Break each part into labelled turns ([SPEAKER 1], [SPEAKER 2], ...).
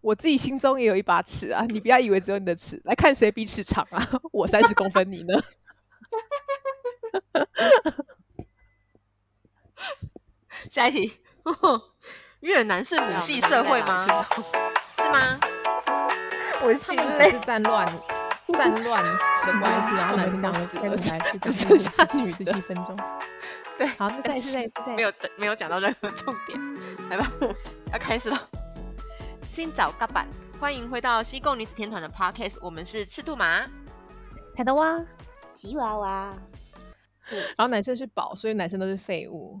[SPEAKER 1] 我自己心中也有一把尺啊，你不要以为只有你的尺，来看谁比尺长啊！ 我三十公分，你呢？
[SPEAKER 2] 下一题， 越南是母系社会吗？ 是吗？
[SPEAKER 3] 我
[SPEAKER 1] 他
[SPEAKER 3] 心
[SPEAKER 1] 们只
[SPEAKER 3] 累
[SPEAKER 1] 是，战乱、 战乱的关系， 然后男生当死
[SPEAKER 4] 跟
[SPEAKER 1] 了
[SPEAKER 4] 女， 孩子
[SPEAKER 1] 只
[SPEAKER 4] 只
[SPEAKER 1] 剩
[SPEAKER 4] 剩
[SPEAKER 1] 下
[SPEAKER 4] 下
[SPEAKER 1] 女
[SPEAKER 4] 女
[SPEAKER 1] 的
[SPEAKER 4] 十七分钟。
[SPEAKER 2] 对
[SPEAKER 4] 好，那再一次，再一次，再一
[SPEAKER 2] 没
[SPEAKER 4] 次。
[SPEAKER 2] 有没有讲到任何重点，来 吧，要开始了。新早嘎板，欢迎回到西贡女子天团的 podcast，我们是赤兔马。
[SPEAKER 4] 台的哇，
[SPEAKER 3] 吉娃娃，
[SPEAKER 1] 然后男生是宝，所以男生都是废物，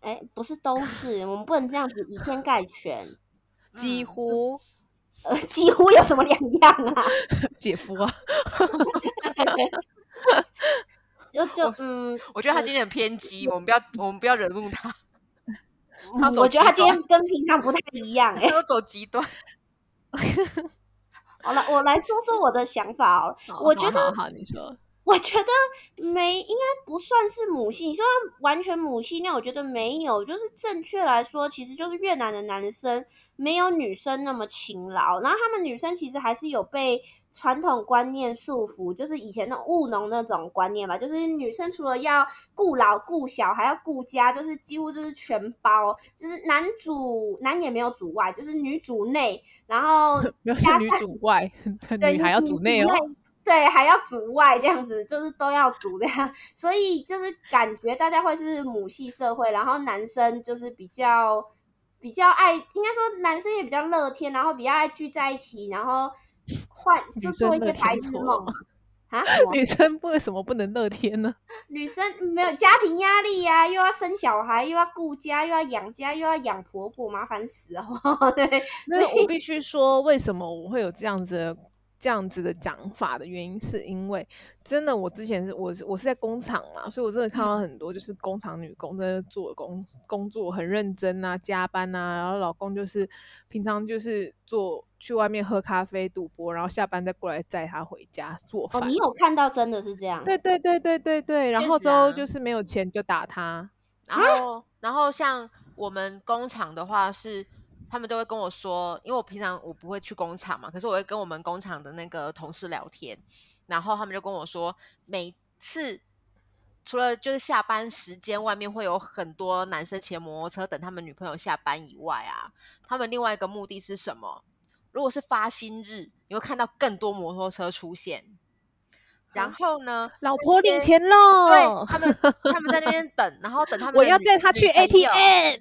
[SPEAKER 3] 哎，不是都是，我们不能这样子以偏概全。
[SPEAKER 1] 几
[SPEAKER 2] 嗯
[SPEAKER 1] 乎
[SPEAKER 3] 呃，几乎有什么两样啊？
[SPEAKER 1] 姐夫啊，
[SPEAKER 3] 就就嗯，
[SPEAKER 2] 我觉得他今天很偏 激，我们不要我们不要惹怒他，他
[SPEAKER 3] 嗯
[SPEAKER 2] 走
[SPEAKER 3] 我觉得他
[SPEAKER 2] 极
[SPEAKER 3] 今
[SPEAKER 2] 端
[SPEAKER 3] 天跟平常不太一样哎、
[SPEAKER 2] 他都走极端。
[SPEAKER 3] 好了，我来说说我的想法哦。
[SPEAKER 1] 好
[SPEAKER 3] 我觉
[SPEAKER 1] 好
[SPEAKER 3] 得
[SPEAKER 1] 好好，你说
[SPEAKER 3] 我觉得没应该不算是母系，你说它完全母系那我觉得没有，就是正确来说，其实就是越南的男生没有女生那么勤劳，然后他们女生其实还是有被传统观念束缚，就是以前那种务农那种观念吧，就是女生除了要顾老顾小，还要顾家，就是几乎就是全包，就是男主男也没有主外，就是女主内，然后
[SPEAKER 1] 没有
[SPEAKER 3] 加
[SPEAKER 1] 是女主外，
[SPEAKER 3] 对
[SPEAKER 1] 女还要主内哦。。
[SPEAKER 3] 对，还要主外这样子，就是都要主这样，所以就是感觉大家会是母系社会，然后男生就是比较比较爱，应该说男生也比较乐天，然后比较爱聚在一起，然后换就
[SPEAKER 1] 女
[SPEAKER 3] 做
[SPEAKER 1] 生
[SPEAKER 3] 一
[SPEAKER 1] 乐
[SPEAKER 3] 些白
[SPEAKER 1] 天
[SPEAKER 3] 日
[SPEAKER 1] 错了
[SPEAKER 3] 梦
[SPEAKER 1] 吗
[SPEAKER 3] 嘛。啊，什么
[SPEAKER 1] 女生为什么不能乐天呢？
[SPEAKER 3] 女生没有家庭压力呀、又要生小孩，又要顾家，又要养家，又要养婆婆，麻烦死哦。 对，
[SPEAKER 1] 那我必须说，为什么我会有这样子的这样子的讲法的原因，是因为真的，我之前是我是我是在工厂嘛，所以我真的看
[SPEAKER 2] 嗯
[SPEAKER 1] 到很多就是工厂女工在做工工作很认真啊，加班啊，然后老公就是平常就是做去外面喝咖啡、赌博，然后下班再过来载她回家做
[SPEAKER 3] 哦，
[SPEAKER 1] 饭。
[SPEAKER 3] 你有看到真的是这样？
[SPEAKER 1] 对对对对对对，然
[SPEAKER 2] 确
[SPEAKER 1] 后
[SPEAKER 2] 实
[SPEAKER 1] 之后
[SPEAKER 2] 啊
[SPEAKER 1] 就是没有钱就打他，
[SPEAKER 2] 然后，然后像我们工厂的话是，他们都会跟我说，因为我平常我不会去工厂嘛，可是我会跟我们工厂的那个同事聊天，然后他们就跟我说，每次除了就是下班时间外面会有很多男生骑摩托车等他们女朋友下班以外啊，他们另外一个目的是什么？如果是发薪日，你会看到更多摩托车出现。然后呢，
[SPEAKER 1] 老
[SPEAKER 2] 那
[SPEAKER 1] 婆领
[SPEAKER 2] 些
[SPEAKER 1] 钱喽
[SPEAKER 2] 对，他们，他们在那边等，然后等他们的女。
[SPEAKER 1] 哦我要载他
[SPEAKER 2] 女
[SPEAKER 1] 去
[SPEAKER 2] 朋友
[SPEAKER 1] ATM。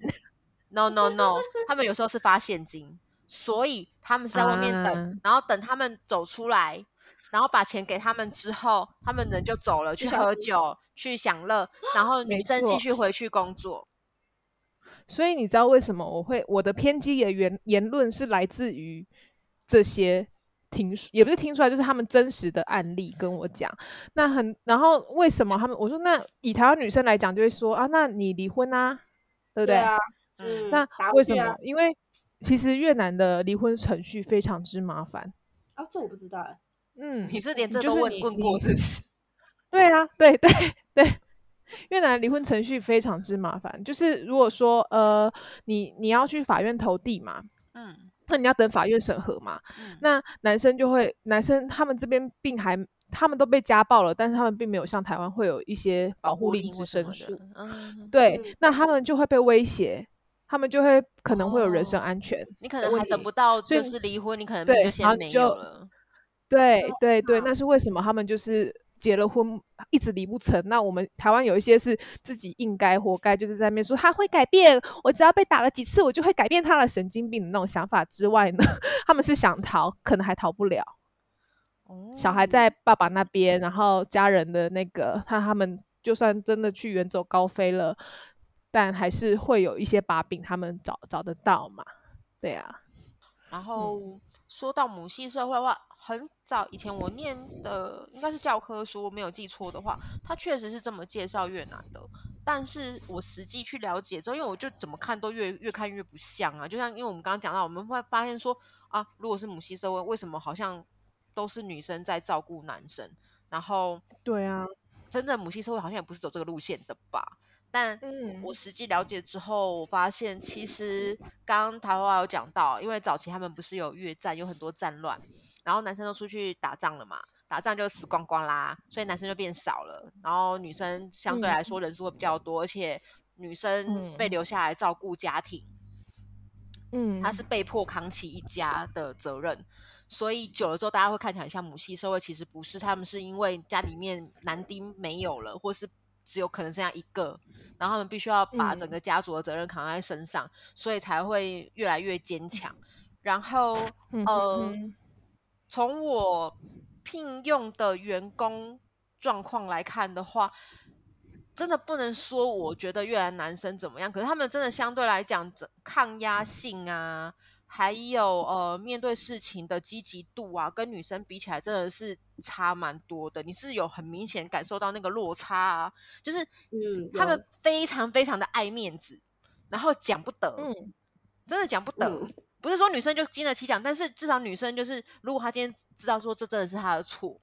[SPEAKER 2] No no no，他 们有时候是发现金，所以他们是在外面等，
[SPEAKER 1] 啊
[SPEAKER 2] 然后等他们走出来，然后把钱给他们之后，他们人就走了，去
[SPEAKER 3] 小
[SPEAKER 2] 喝
[SPEAKER 3] 姐
[SPEAKER 2] 酒，去享 乐，然后
[SPEAKER 1] 没
[SPEAKER 2] 女生继
[SPEAKER 1] 错
[SPEAKER 2] 续回去工作。
[SPEAKER 1] 所以你知道为什么我会我的偏激的言言论是来自于这些听说，也不是听出来，就是他们真实的案例跟我讲。那很，然后为什么他们？我说那以台湾女生来讲，就会说啊，那你离婚啊，对不对？
[SPEAKER 3] 对啊，
[SPEAKER 2] 嗯，
[SPEAKER 3] 嗯
[SPEAKER 1] 那
[SPEAKER 3] 打回
[SPEAKER 1] 为什
[SPEAKER 3] 去
[SPEAKER 1] 么？
[SPEAKER 3] 啊
[SPEAKER 1] 因为其实越南的离婚程序非常之麻烦。
[SPEAKER 3] 啊，这我不知道哎、
[SPEAKER 1] 嗯，
[SPEAKER 2] 你是连
[SPEAKER 1] 你
[SPEAKER 2] 这
[SPEAKER 1] 就
[SPEAKER 2] 都
[SPEAKER 1] 是
[SPEAKER 2] 问
[SPEAKER 1] 你
[SPEAKER 2] 问
[SPEAKER 1] 你
[SPEAKER 2] 过是不是？
[SPEAKER 1] 对啊，对 对对，越南离婚程序非常之麻烦。就是如果说呃，你你要去法院投递嘛，
[SPEAKER 2] 嗯
[SPEAKER 1] 那你要等法院审核嘛。
[SPEAKER 2] 嗯，
[SPEAKER 1] 那男生就会，男生他们这边并还，他们都被家暴了，但是他们并没有像台湾会有一些 保护令之
[SPEAKER 2] 或什么
[SPEAKER 1] 申
[SPEAKER 2] 的
[SPEAKER 1] 诉，
[SPEAKER 2] 嗯，
[SPEAKER 1] 对
[SPEAKER 3] 嗯，
[SPEAKER 1] 那他们就会被威胁，他们就会可能会有人身
[SPEAKER 2] 哦
[SPEAKER 1] 安全。
[SPEAKER 2] 你可
[SPEAKER 1] 的
[SPEAKER 2] 能还
[SPEAKER 1] 问
[SPEAKER 2] 等
[SPEAKER 1] 题
[SPEAKER 2] 不到
[SPEAKER 1] 所以
[SPEAKER 2] 就是离婚，你可能
[SPEAKER 1] 对
[SPEAKER 2] 命就
[SPEAKER 1] 然
[SPEAKER 2] 先
[SPEAKER 1] 后
[SPEAKER 2] 没
[SPEAKER 1] 就
[SPEAKER 2] 有了。
[SPEAKER 1] 对对对，那是为什么他们就是结了婚一直离不成？那我们台湾有一些是自己应该活该，就是在那边说他会改变，我只要被打了几次，我就会改变他的神经病的那种想法之外呢， 他们是想逃，可能还逃不了。小孩
[SPEAKER 2] 哦
[SPEAKER 1] 在爸爸那边，然后家人的那个，他他们就算真的去远走高飞了，但还是会有一些把柄，他们找找得到嘛？对啊，
[SPEAKER 2] 然后说到母系社会的话，很早以前我念的应该是教科书，我没有记错的话，它确实是这么介绍越南的。但是我实际去了解之后，因为我就怎么看都越越看越不像啊，就像因为我们刚刚讲到，我们会发现说啊，如果是母系社会，为什么好像都是女生在照顾男生？然后
[SPEAKER 1] 对啊，
[SPEAKER 2] 真的母系社会好像也不是走这个路线的吧？但
[SPEAKER 1] 嗯
[SPEAKER 2] 我实际了解之后，我发现其实刚刚台湾有讲到，因为早期他们不是有越战，有很多战乱，然后男生都出去打仗了嘛，打仗就死光光啦，所以男生就变少了，然后女生相对来说人数会比较多，而且女生被留下来照顾家庭，
[SPEAKER 1] 嗯，
[SPEAKER 2] 她是被迫扛起一家的责任，所以久了之后，大家会看起来很像母系社会，其实不是，他们是因为家里面男丁没有了，或是只有可能剩下一个，然后他们必须要把整
[SPEAKER 1] 嗯
[SPEAKER 2] 个家族的责任扛在身上，所以才会越来越坚强。然后，
[SPEAKER 1] 嗯
[SPEAKER 2] 呃
[SPEAKER 1] 嗯，
[SPEAKER 2] 从我聘用的员工状况来看的话，真的不能说我觉得越南男生怎么样，可是他们真的相对来讲，这抗压性啊，还有呃面对事情的积极度啊，跟女生比起来真的是差蛮多的。你是有很明显感受到那个落差啊，就是
[SPEAKER 3] 嗯
[SPEAKER 2] 他们非常非常的爱面子，然后讲不得，
[SPEAKER 1] 嗯
[SPEAKER 2] 真的讲不得。
[SPEAKER 3] 嗯
[SPEAKER 2] 不是说女生就经得起讲，但是至少女生就是，如果她今天知道说这真的是她的错，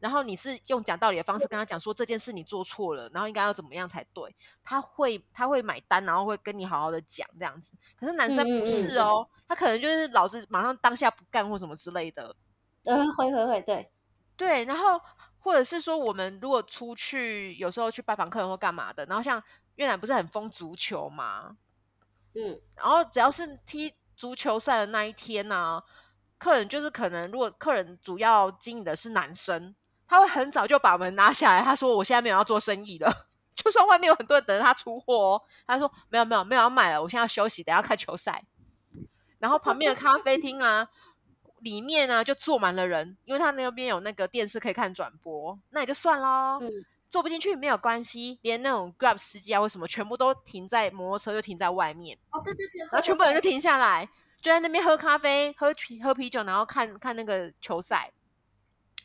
[SPEAKER 2] 然后你是用讲道理的方式跟她讲说这件事你做错了，然后应该要怎么样才对，她会她会买单，然后会跟你好好的讲这样子。可是男生
[SPEAKER 3] 嗯嗯
[SPEAKER 2] 不
[SPEAKER 3] 嗯
[SPEAKER 2] 是哦，他可能就是老子马上当下不干或什么之类的，
[SPEAKER 3] 嗯，会会会，对，
[SPEAKER 2] 对，然后或者是说，我们如果出去，有时候去拜访客人或干嘛的，然后像越南不是很疯足球嘛，
[SPEAKER 3] 嗯，
[SPEAKER 2] 然后只要是踢足球赛的那一天呢、客人就是可能如果客人主要经营的是男生，他会很早就把门拉下来，他说我现在没有要做生意了。 就算外面有很多人等着他出货哦，他说没有没有没有要买了，我现在要休息，等一下要看球赛。然后旁边的咖啡厅啊，里面呢、就坐满了人，因为他那边有那个电视可以看转播，那也就算喽。
[SPEAKER 3] 嗯
[SPEAKER 2] 坐不进去没有关系，连那种 Grab 司机啊或什么，全部都停在摩托车就停在外面，
[SPEAKER 3] 哦，对对对，
[SPEAKER 2] 然后全部人就停下来，就在那边喝咖啡、喝啤喝啤酒，然后看看那个球赛。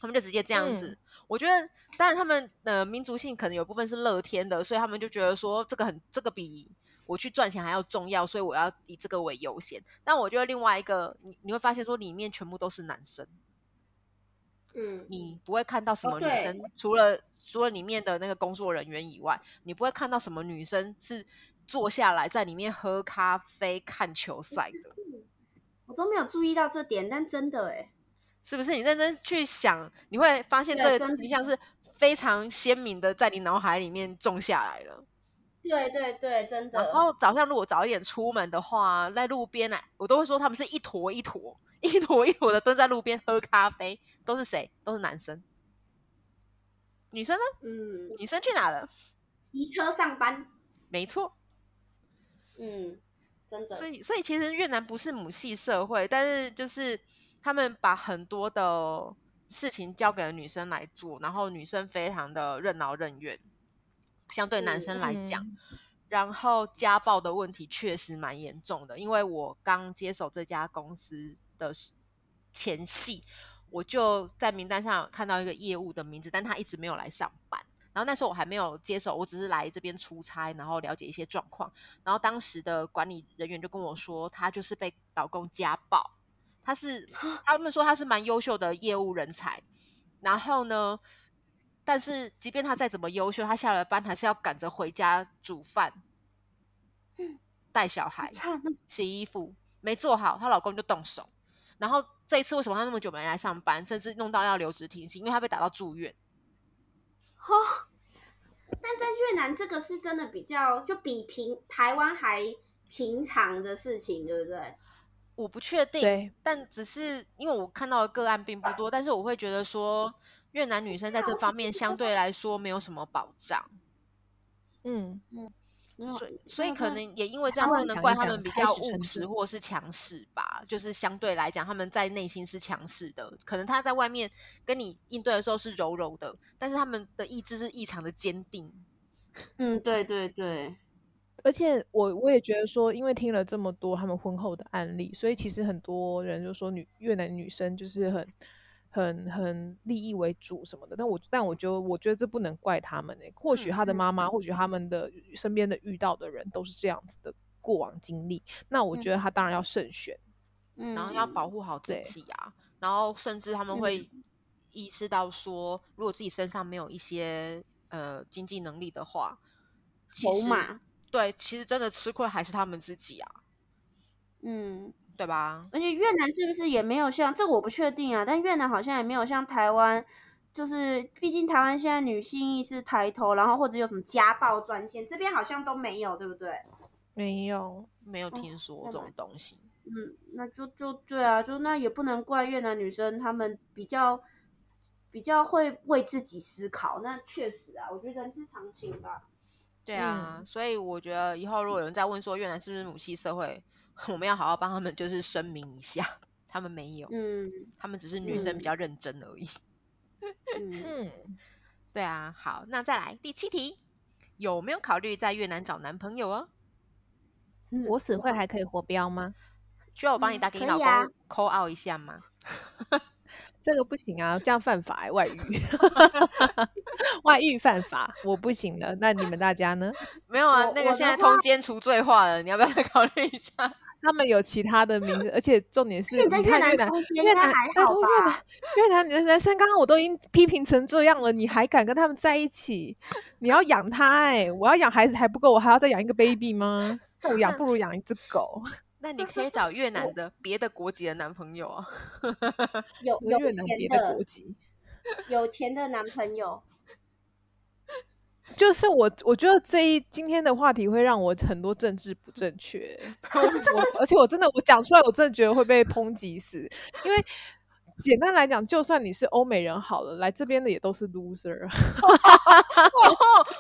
[SPEAKER 2] 他们就直接这样
[SPEAKER 3] 嗯
[SPEAKER 2] 子，我觉得当然他们呃民族性可能有部分是乐天的，所以他们就觉得说这个很这个比我去赚钱还要重要，所以我要以这个为优先。但我觉得另外一个你你会发现说里面全部都是男生，
[SPEAKER 3] 嗯，
[SPEAKER 2] 你不会看到什
[SPEAKER 3] 哦
[SPEAKER 2] 么女
[SPEAKER 3] 对
[SPEAKER 2] 生，除了除了里面的那个工作人员以外，你不会看到什么女生是坐下来在里面喝咖啡看球赛的，
[SPEAKER 3] 我都没有注意到这点，但真的哎，
[SPEAKER 2] 是不是？你认真去想，你会发现
[SPEAKER 3] 对啊
[SPEAKER 2] 这
[SPEAKER 3] 真
[SPEAKER 2] 个
[SPEAKER 3] 的
[SPEAKER 2] 形象是非常鲜明的在你脑海里面种下来了。
[SPEAKER 3] 对对对，真
[SPEAKER 2] 然后早上如果早一点出门的话，在路边呢、啊我都会说他们是一坨一坨、 一坨一坨的蹲在路边喝咖啡，都是谁？都是男生。女生呢？
[SPEAKER 3] 嗯，
[SPEAKER 2] 女生去哪了？
[SPEAKER 3] 骑车上班，
[SPEAKER 2] 没错，
[SPEAKER 3] 嗯，真的
[SPEAKER 2] 所，以所以其实越南不是母系社会，但是就是他们把很多的事情交给了女生来做，然后女生非常的任劳任怨，相对男
[SPEAKER 3] 嗯
[SPEAKER 2] 生来讲。然后家暴的问题确实蛮严重的，因为我刚接手这家公司的时前戏，我就在名单上有看到一个业务的名字，但他一直没有来上班。然后那时候我还没有接手，我只是来这边出差，然后了解一些状况。然后当时的管理人员就跟我说，她就是被老公家暴。她是他们说她是蛮优秀的业务人才，然后呢，但是即便她再怎么优秀，她下了班还是要赶着回家煮饭、带小孩、
[SPEAKER 3] 惨
[SPEAKER 2] 洗衣服，没做好，她老公就动手。然后这一次为什么她那么久没来上班，甚至弄到要留职停薪，因为她被打到住院。
[SPEAKER 3] 哦。但在越南，这个是真的比较就比平台湾还平常的事情，对不对？
[SPEAKER 2] 我不确定
[SPEAKER 1] 对，
[SPEAKER 2] 但只是因为我看到的个案并不多，但是我会觉得说越南女生在这方面相对来说没有什么保障，
[SPEAKER 1] 嗯
[SPEAKER 2] 所以所以可
[SPEAKER 3] 能。
[SPEAKER 2] 能也因为这样
[SPEAKER 4] 台
[SPEAKER 2] 不
[SPEAKER 4] 湾
[SPEAKER 2] 能
[SPEAKER 4] 讲一
[SPEAKER 2] 怪他
[SPEAKER 4] 讲
[SPEAKER 2] 们比
[SPEAKER 4] 开
[SPEAKER 2] 较
[SPEAKER 4] 始
[SPEAKER 2] 务
[SPEAKER 4] 沉
[SPEAKER 2] 实
[SPEAKER 4] 淀
[SPEAKER 2] 或是强势吧，就是相对来讲他们在内心是强势的，可能他在外面跟你应对的时候是柔柔的，但是他们的意志是异常的坚定。
[SPEAKER 3] 嗯，对对对，
[SPEAKER 1] 而且我我也觉得说，因为听了这么多他们婚后的案例，所以其实很多人就说女越南女生就是很很很利益为主什么的。但我但我觉得我觉得这不能怪他们诶、欸或许
[SPEAKER 2] 嗯
[SPEAKER 1] 他的
[SPEAKER 3] 嗯
[SPEAKER 1] 妈妈，或许他们的身边的遇到的人都是这样子的过往经历。那我
[SPEAKER 2] 嗯
[SPEAKER 1] 觉得他当然要慎选。
[SPEAKER 3] 嗯，
[SPEAKER 2] 然后要保护好自
[SPEAKER 1] 对
[SPEAKER 2] 己啊，然后甚至他们会意识到说，如果自己身上没有一些呃经济能力的话，其
[SPEAKER 3] 筹
[SPEAKER 2] 实
[SPEAKER 3] 码，
[SPEAKER 2] 对，其实真的吃亏还是他们自己啊，
[SPEAKER 3] 嗯，
[SPEAKER 2] 对吧？
[SPEAKER 3] 而且越南是不是也没有像这个我不确定啊，但越南好像也没有像台湾，就是毕竟台湾现在女性意识抬头，然后或者有什么家暴专线，这边好像都没有，对不对？
[SPEAKER 1] 没有，
[SPEAKER 2] 没有
[SPEAKER 3] 哦
[SPEAKER 2] 听说
[SPEAKER 3] 那
[SPEAKER 2] 这种
[SPEAKER 3] 蛮
[SPEAKER 2] 东西，
[SPEAKER 3] 嗯，那就就对啊，就那也不能怪越南女生，她们比较比较会为自己思考，那确实啊，我觉得人之常情吧。
[SPEAKER 2] 对啊，
[SPEAKER 1] 嗯
[SPEAKER 2] 所以我觉得以后如果有人在问说越南是不是母系社会， 我们要好好帮他们就是声明一下，他们没有，
[SPEAKER 3] 嗯
[SPEAKER 2] 他们只是女生比
[SPEAKER 3] 嗯
[SPEAKER 2] 较认真而已。
[SPEAKER 3] 嗯，
[SPEAKER 1] 嗯，
[SPEAKER 2] 对啊，好，那再来第七题，有没有考虑在越南找男朋友哦？
[SPEAKER 3] 嗯
[SPEAKER 4] 我死会还可以活标吗？
[SPEAKER 2] 需要我帮你
[SPEAKER 3] 嗯
[SPEAKER 2] 打给你
[SPEAKER 3] 可
[SPEAKER 2] 老
[SPEAKER 3] 以
[SPEAKER 2] 公
[SPEAKER 3] 啊
[SPEAKER 2] call out 一下吗？
[SPEAKER 1] 这个不行啊，这样犯法、欸，外 遇， 外遇犯法，我不行了。那你们大家呢？
[SPEAKER 2] 没有啊，
[SPEAKER 3] 我
[SPEAKER 2] 那
[SPEAKER 3] 我
[SPEAKER 2] 个
[SPEAKER 3] 的
[SPEAKER 2] 现在通奸除罪化了，你要不要再考虑一下？
[SPEAKER 1] 他们有其他的名字，而且重点是，
[SPEAKER 3] 现在
[SPEAKER 1] 你
[SPEAKER 3] 越
[SPEAKER 1] 看
[SPEAKER 3] 南
[SPEAKER 1] 越南
[SPEAKER 3] 中，间
[SPEAKER 1] 越
[SPEAKER 3] 应该
[SPEAKER 1] 南
[SPEAKER 3] 还
[SPEAKER 1] 拜
[SPEAKER 3] 好
[SPEAKER 1] 托越南
[SPEAKER 3] 吧？
[SPEAKER 1] 越南人男生，刚刚我都已经批评成这样了，你还敢跟他们在一起？你要养他哎、我要养孩子还不够，我还要再养一个 baby 吗？那我养不如养一只狗。
[SPEAKER 2] 那你可以找越南的别的国籍的男朋友啊。
[SPEAKER 3] 有
[SPEAKER 1] 越
[SPEAKER 3] 有
[SPEAKER 1] 南
[SPEAKER 3] 钱
[SPEAKER 1] 别的国
[SPEAKER 3] 的
[SPEAKER 1] 籍，
[SPEAKER 3] 有钱的男朋友，
[SPEAKER 1] 就是我，我觉得这一今天的话题会让我很多政治不正确， 我而且我真的我讲出来，我真的觉得会被抨击死，因为。简单来讲，就算你是欧美人好了，来这边的也都是 loser。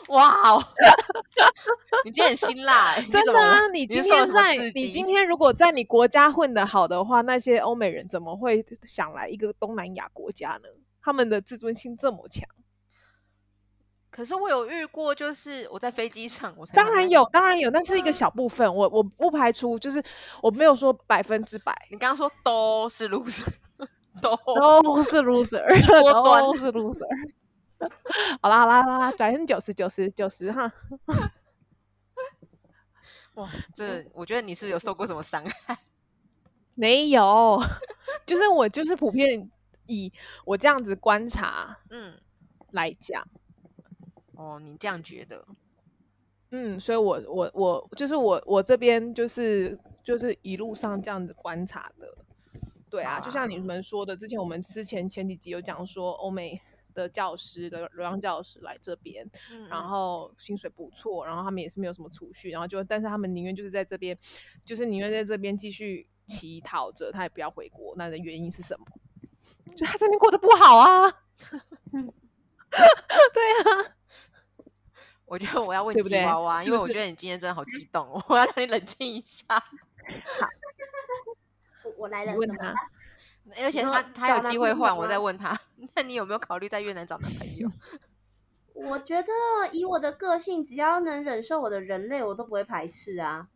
[SPEAKER 2] 哇哦， 你今天很辛辣、欸，你
[SPEAKER 1] 真
[SPEAKER 2] 怎
[SPEAKER 1] 的
[SPEAKER 2] 么
[SPEAKER 1] 啊
[SPEAKER 2] 了，
[SPEAKER 1] 你
[SPEAKER 2] 你
[SPEAKER 1] 今
[SPEAKER 2] 是受了
[SPEAKER 1] 天
[SPEAKER 2] 什么
[SPEAKER 1] 在
[SPEAKER 2] 刺激
[SPEAKER 1] 你今天如果在你国家混得好的话，那些欧美人怎么会想来一个东南亚国家呢？他们的自尊心这么强，
[SPEAKER 2] 可是我有遇过，就是我在飞机上，我才
[SPEAKER 1] 当
[SPEAKER 2] 想
[SPEAKER 1] 然
[SPEAKER 2] 到。
[SPEAKER 1] 有，当然有，那是
[SPEAKER 2] 嗯
[SPEAKER 1] 一个小部分。我我不排除，就是我没有说百分之百
[SPEAKER 2] 你刚刚说都是 loser，都
[SPEAKER 1] 都，Oh，是 loser，
[SPEAKER 2] 锅哦端
[SPEAKER 1] 都是 loser。好啦好啦好啦，百分之九十九十九十哈，
[SPEAKER 2] 哇，这我觉得你是有受过什么伤啊害？
[SPEAKER 1] 没有， 就是我就是普遍以我这样子观察
[SPEAKER 2] 嗯，
[SPEAKER 1] 来讲。
[SPEAKER 2] 哦，你这样觉得？
[SPEAKER 1] 嗯，所以我我我就是我我这边就是就是一路上这样子观察的，对啊，就像你们说的，之前我们之前前几集有讲说欧美的教师的流浪教师来这边，
[SPEAKER 2] 嗯，
[SPEAKER 1] 然
[SPEAKER 2] 嗯
[SPEAKER 1] 后薪水不错，然后他们也是没有什么储蓄，然后就但是他们宁愿就是在这边，就是宁愿在这边继续乞讨着，他也不要回国，那的原因是什么？ 就他这边过得不好啊，对啊，
[SPEAKER 2] 我觉得我要问
[SPEAKER 1] 对不
[SPEAKER 2] 吉
[SPEAKER 1] 对
[SPEAKER 2] 娃娃，
[SPEAKER 1] 是
[SPEAKER 2] 因
[SPEAKER 1] 不
[SPEAKER 2] 为我
[SPEAKER 1] 是
[SPEAKER 2] 觉 得你今天真的好激动哦，我 要让你冷静一下。
[SPEAKER 3] 我我来
[SPEAKER 1] 你
[SPEAKER 3] 了，
[SPEAKER 1] 问
[SPEAKER 3] 怎么
[SPEAKER 1] 他
[SPEAKER 3] 了？
[SPEAKER 2] 而且
[SPEAKER 3] 说
[SPEAKER 2] 他他有
[SPEAKER 3] 找男
[SPEAKER 2] 机会
[SPEAKER 3] 朋
[SPEAKER 2] 换，
[SPEAKER 3] 友
[SPEAKER 2] 我
[SPEAKER 3] 吗
[SPEAKER 2] 再问他。 那你有没有考虑在越南找男朋友？
[SPEAKER 3] 我觉得以我的个性，只要能忍受我的人类，我都不会排斥啊。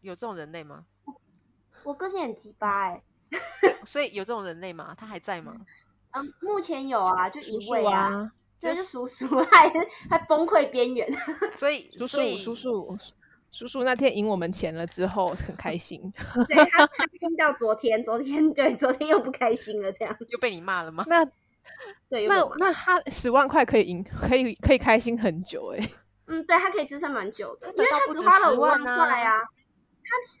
[SPEAKER 2] 有这种人类吗？
[SPEAKER 3] 我个性很鸡巴哎、
[SPEAKER 2] 所以有这种人类吗？他还在 吗？
[SPEAKER 3] 嗯，目前有啊，就一
[SPEAKER 1] 叔
[SPEAKER 3] 位
[SPEAKER 1] 叔啊。
[SPEAKER 3] 就是叔叔 还还崩溃边缘。
[SPEAKER 2] 所以
[SPEAKER 1] 叔叔
[SPEAKER 2] 所以
[SPEAKER 1] 叔叔叔叔那天赢我们钱了之后很 开心，
[SPEAKER 3] 对他开心到昨天，昨天对，昨天又不开心了，这样
[SPEAKER 2] 又被你骂了 吗？
[SPEAKER 1] 那
[SPEAKER 3] 对，有
[SPEAKER 1] 那
[SPEAKER 3] 点麻
[SPEAKER 1] 那他十万块可以赢，可以可以开心很久 哎、
[SPEAKER 3] 嗯，对他可以支撑蛮久的，
[SPEAKER 2] 他
[SPEAKER 3] 因
[SPEAKER 2] 得
[SPEAKER 3] 为
[SPEAKER 2] 到
[SPEAKER 3] 他
[SPEAKER 2] 不
[SPEAKER 3] 只
[SPEAKER 2] 止
[SPEAKER 3] 花了
[SPEAKER 2] 10
[SPEAKER 3] 五
[SPEAKER 2] 万
[SPEAKER 3] 万块
[SPEAKER 2] 啊
[SPEAKER 3] 啊，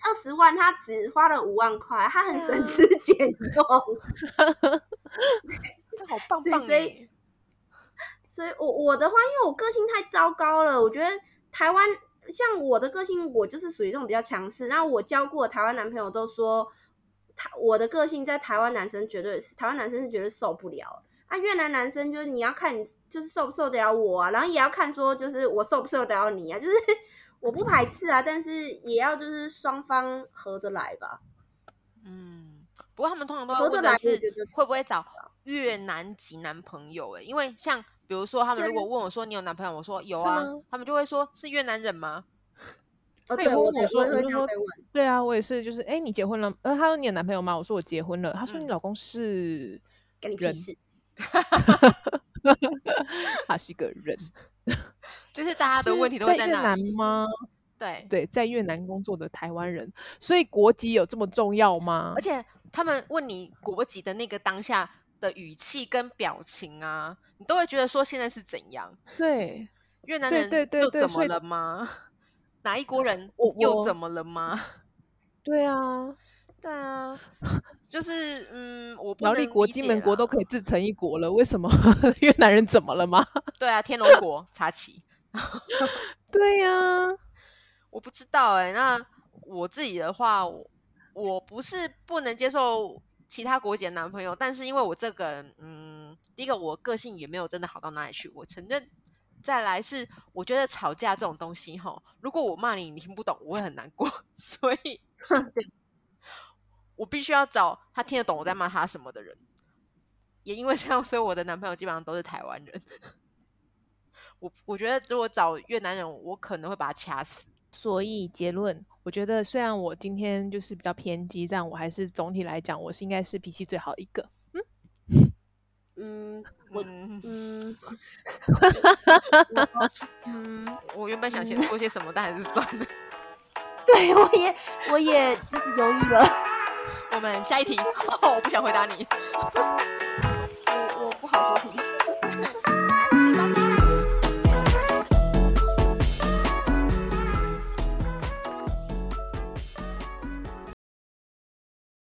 [SPEAKER 3] 他二十万他只花了五万块，他很
[SPEAKER 2] 对啊
[SPEAKER 3] 省吃 哦俭用，
[SPEAKER 2] 他好棒
[SPEAKER 3] 对
[SPEAKER 2] 棒欸
[SPEAKER 3] 所以
[SPEAKER 2] 耶
[SPEAKER 3] 所以我我的话，因为我个性太糟糕了，我觉得台湾像我的个性，我就是属于这种比较强势。然后我交过的台湾男朋友都说，台我的个性在台湾男生绝对是台湾男生是绝对受不了。啊，越南男生就是你要看你就是受不受得了我啊，然后也要看说就是我受不受得了你啊，就是 我不排斥啊，但是也要就是双方合得来吧。
[SPEAKER 2] 嗯，不过他们通常都会
[SPEAKER 3] 合
[SPEAKER 2] 问
[SPEAKER 3] 得
[SPEAKER 2] 的
[SPEAKER 3] 来我
[SPEAKER 2] 是
[SPEAKER 3] 觉得
[SPEAKER 2] 会不会找越南籍男朋友、欸？因为像比如说他们如
[SPEAKER 3] 对
[SPEAKER 2] 果问我说你有男朋友，我说有
[SPEAKER 1] 是
[SPEAKER 2] 啊
[SPEAKER 1] 吗，
[SPEAKER 2] 他们就会说是越南人吗？
[SPEAKER 3] 哦，
[SPEAKER 1] 他也
[SPEAKER 3] 对，
[SPEAKER 1] 会
[SPEAKER 3] 我
[SPEAKER 1] 问我
[SPEAKER 3] 的
[SPEAKER 1] 说
[SPEAKER 3] 也
[SPEAKER 1] 我
[SPEAKER 3] 会
[SPEAKER 1] 就
[SPEAKER 3] 这样
[SPEAKER 1] 说
[SPEAKER 3] 被问。
[SPEAKER 1] 对啊，我也是，就是哎、诶你结婚了？呃，他说你有男朋友吗？我说我结婚了。他说你
[SPEAKER 2] 嗯
[SPEAKER 1] 老公 是
[SPEAKER 3] 干你屁
[SPEAKER 1] 人
[SPEAKER 3] 事！
[SPEAKER 1] 他是一个人，
[SPEAKER 2] 就是大家
[SPEAKER 1] 是
[SPEAKER 2] 的问题都会
[SPEAKER 1] 在
[SPEAKER 2] 在
[SPEAKER 1] 越
[SPEAKER 2] 那
[SPEAKER 1] 南
[SPEAKER 2] 里。
[SPEAKER 1] 吗？
[SPEAKER 2] 对，
[SPEAKER 1] 对，在越南工作的台湾人，所以国籍有这么重要吗
[SPEAKER 2] 而？且他们问你国籍的那个当下的语气跟表情啊，你都会觉得说现在是怎样。
[SPEAKER 1] 对，
[SPEAKER 2] 越南
[SPEAKER 1] 对
[SPEAKER 2] 人
[SPEAKER 1] 对对
[SPEAKER 2] 又
[SPEAKER 1] 对
[SPEAKER 2] 怎
[SPEAKER 1] 所
[SPEAKER 2] 么
[SPEAKER 1] 以
[SPEAKER 2] 了吗？哪一国人
[SPEAKER 1] 我
[SPEAKER 2] 又
[SPEAKER 1] 我
[SPEAKER 2] 怎么了吗？
[SPEAKER 1] 对啊，
[SPEAKER 2] 对啊，就是嗯，我不
[SPEAKER 1] 苗栗
[SPEAKER 2] 能
[SPEAKER 1] 国、
[SPEAKER 2] 理
[SPEAKER 1] 金
[SPEAKER 2] 解
[SPEAKER 1] 门国都
[SPEAKER 2] 啦
[SPEAKER 1] 可以自成一国了，为什么 越南人怎么了吗？
[SPEAKER 2] 对啊，天龙国、茶旗，
[SPEAKER 1] 对啊呀、
[SPEAKER 2] 我不知道哎、那我自己的话，我我不是不能接受其他国籍的男朋友，但是因为我这个人，嗯，第一个我个性也没有真的好到哪里去，我承认。再来是，我觉得吵架这种东西，吼，如果我骂你，你听不懂，我会很难过， 所以，我必须要找他听得懂我在骂他什么的人。也因为这样，所以我的男朋友基本上都是台湾人。 我我觉得如果找越南人，我可能会把他掐死。
[SPEAKER 1] 所以结论，我觉得虽然我今天就是比较偏激，但我还是总体来讲，我是应该是脾气最好一个。
[SPEAKER 3] 嗯
[SPEAKER 2] 嗯，
[SPEAKER 3] 嗯，
[SPEAKER 4] 嗯，
[SPEAKER 2] 我原本想先说些什么，但还是算了。
[SPEAKER 3] 对我也我也就是犹豫了。
[SPEAKER 2] 我们下一题，我不想回答你。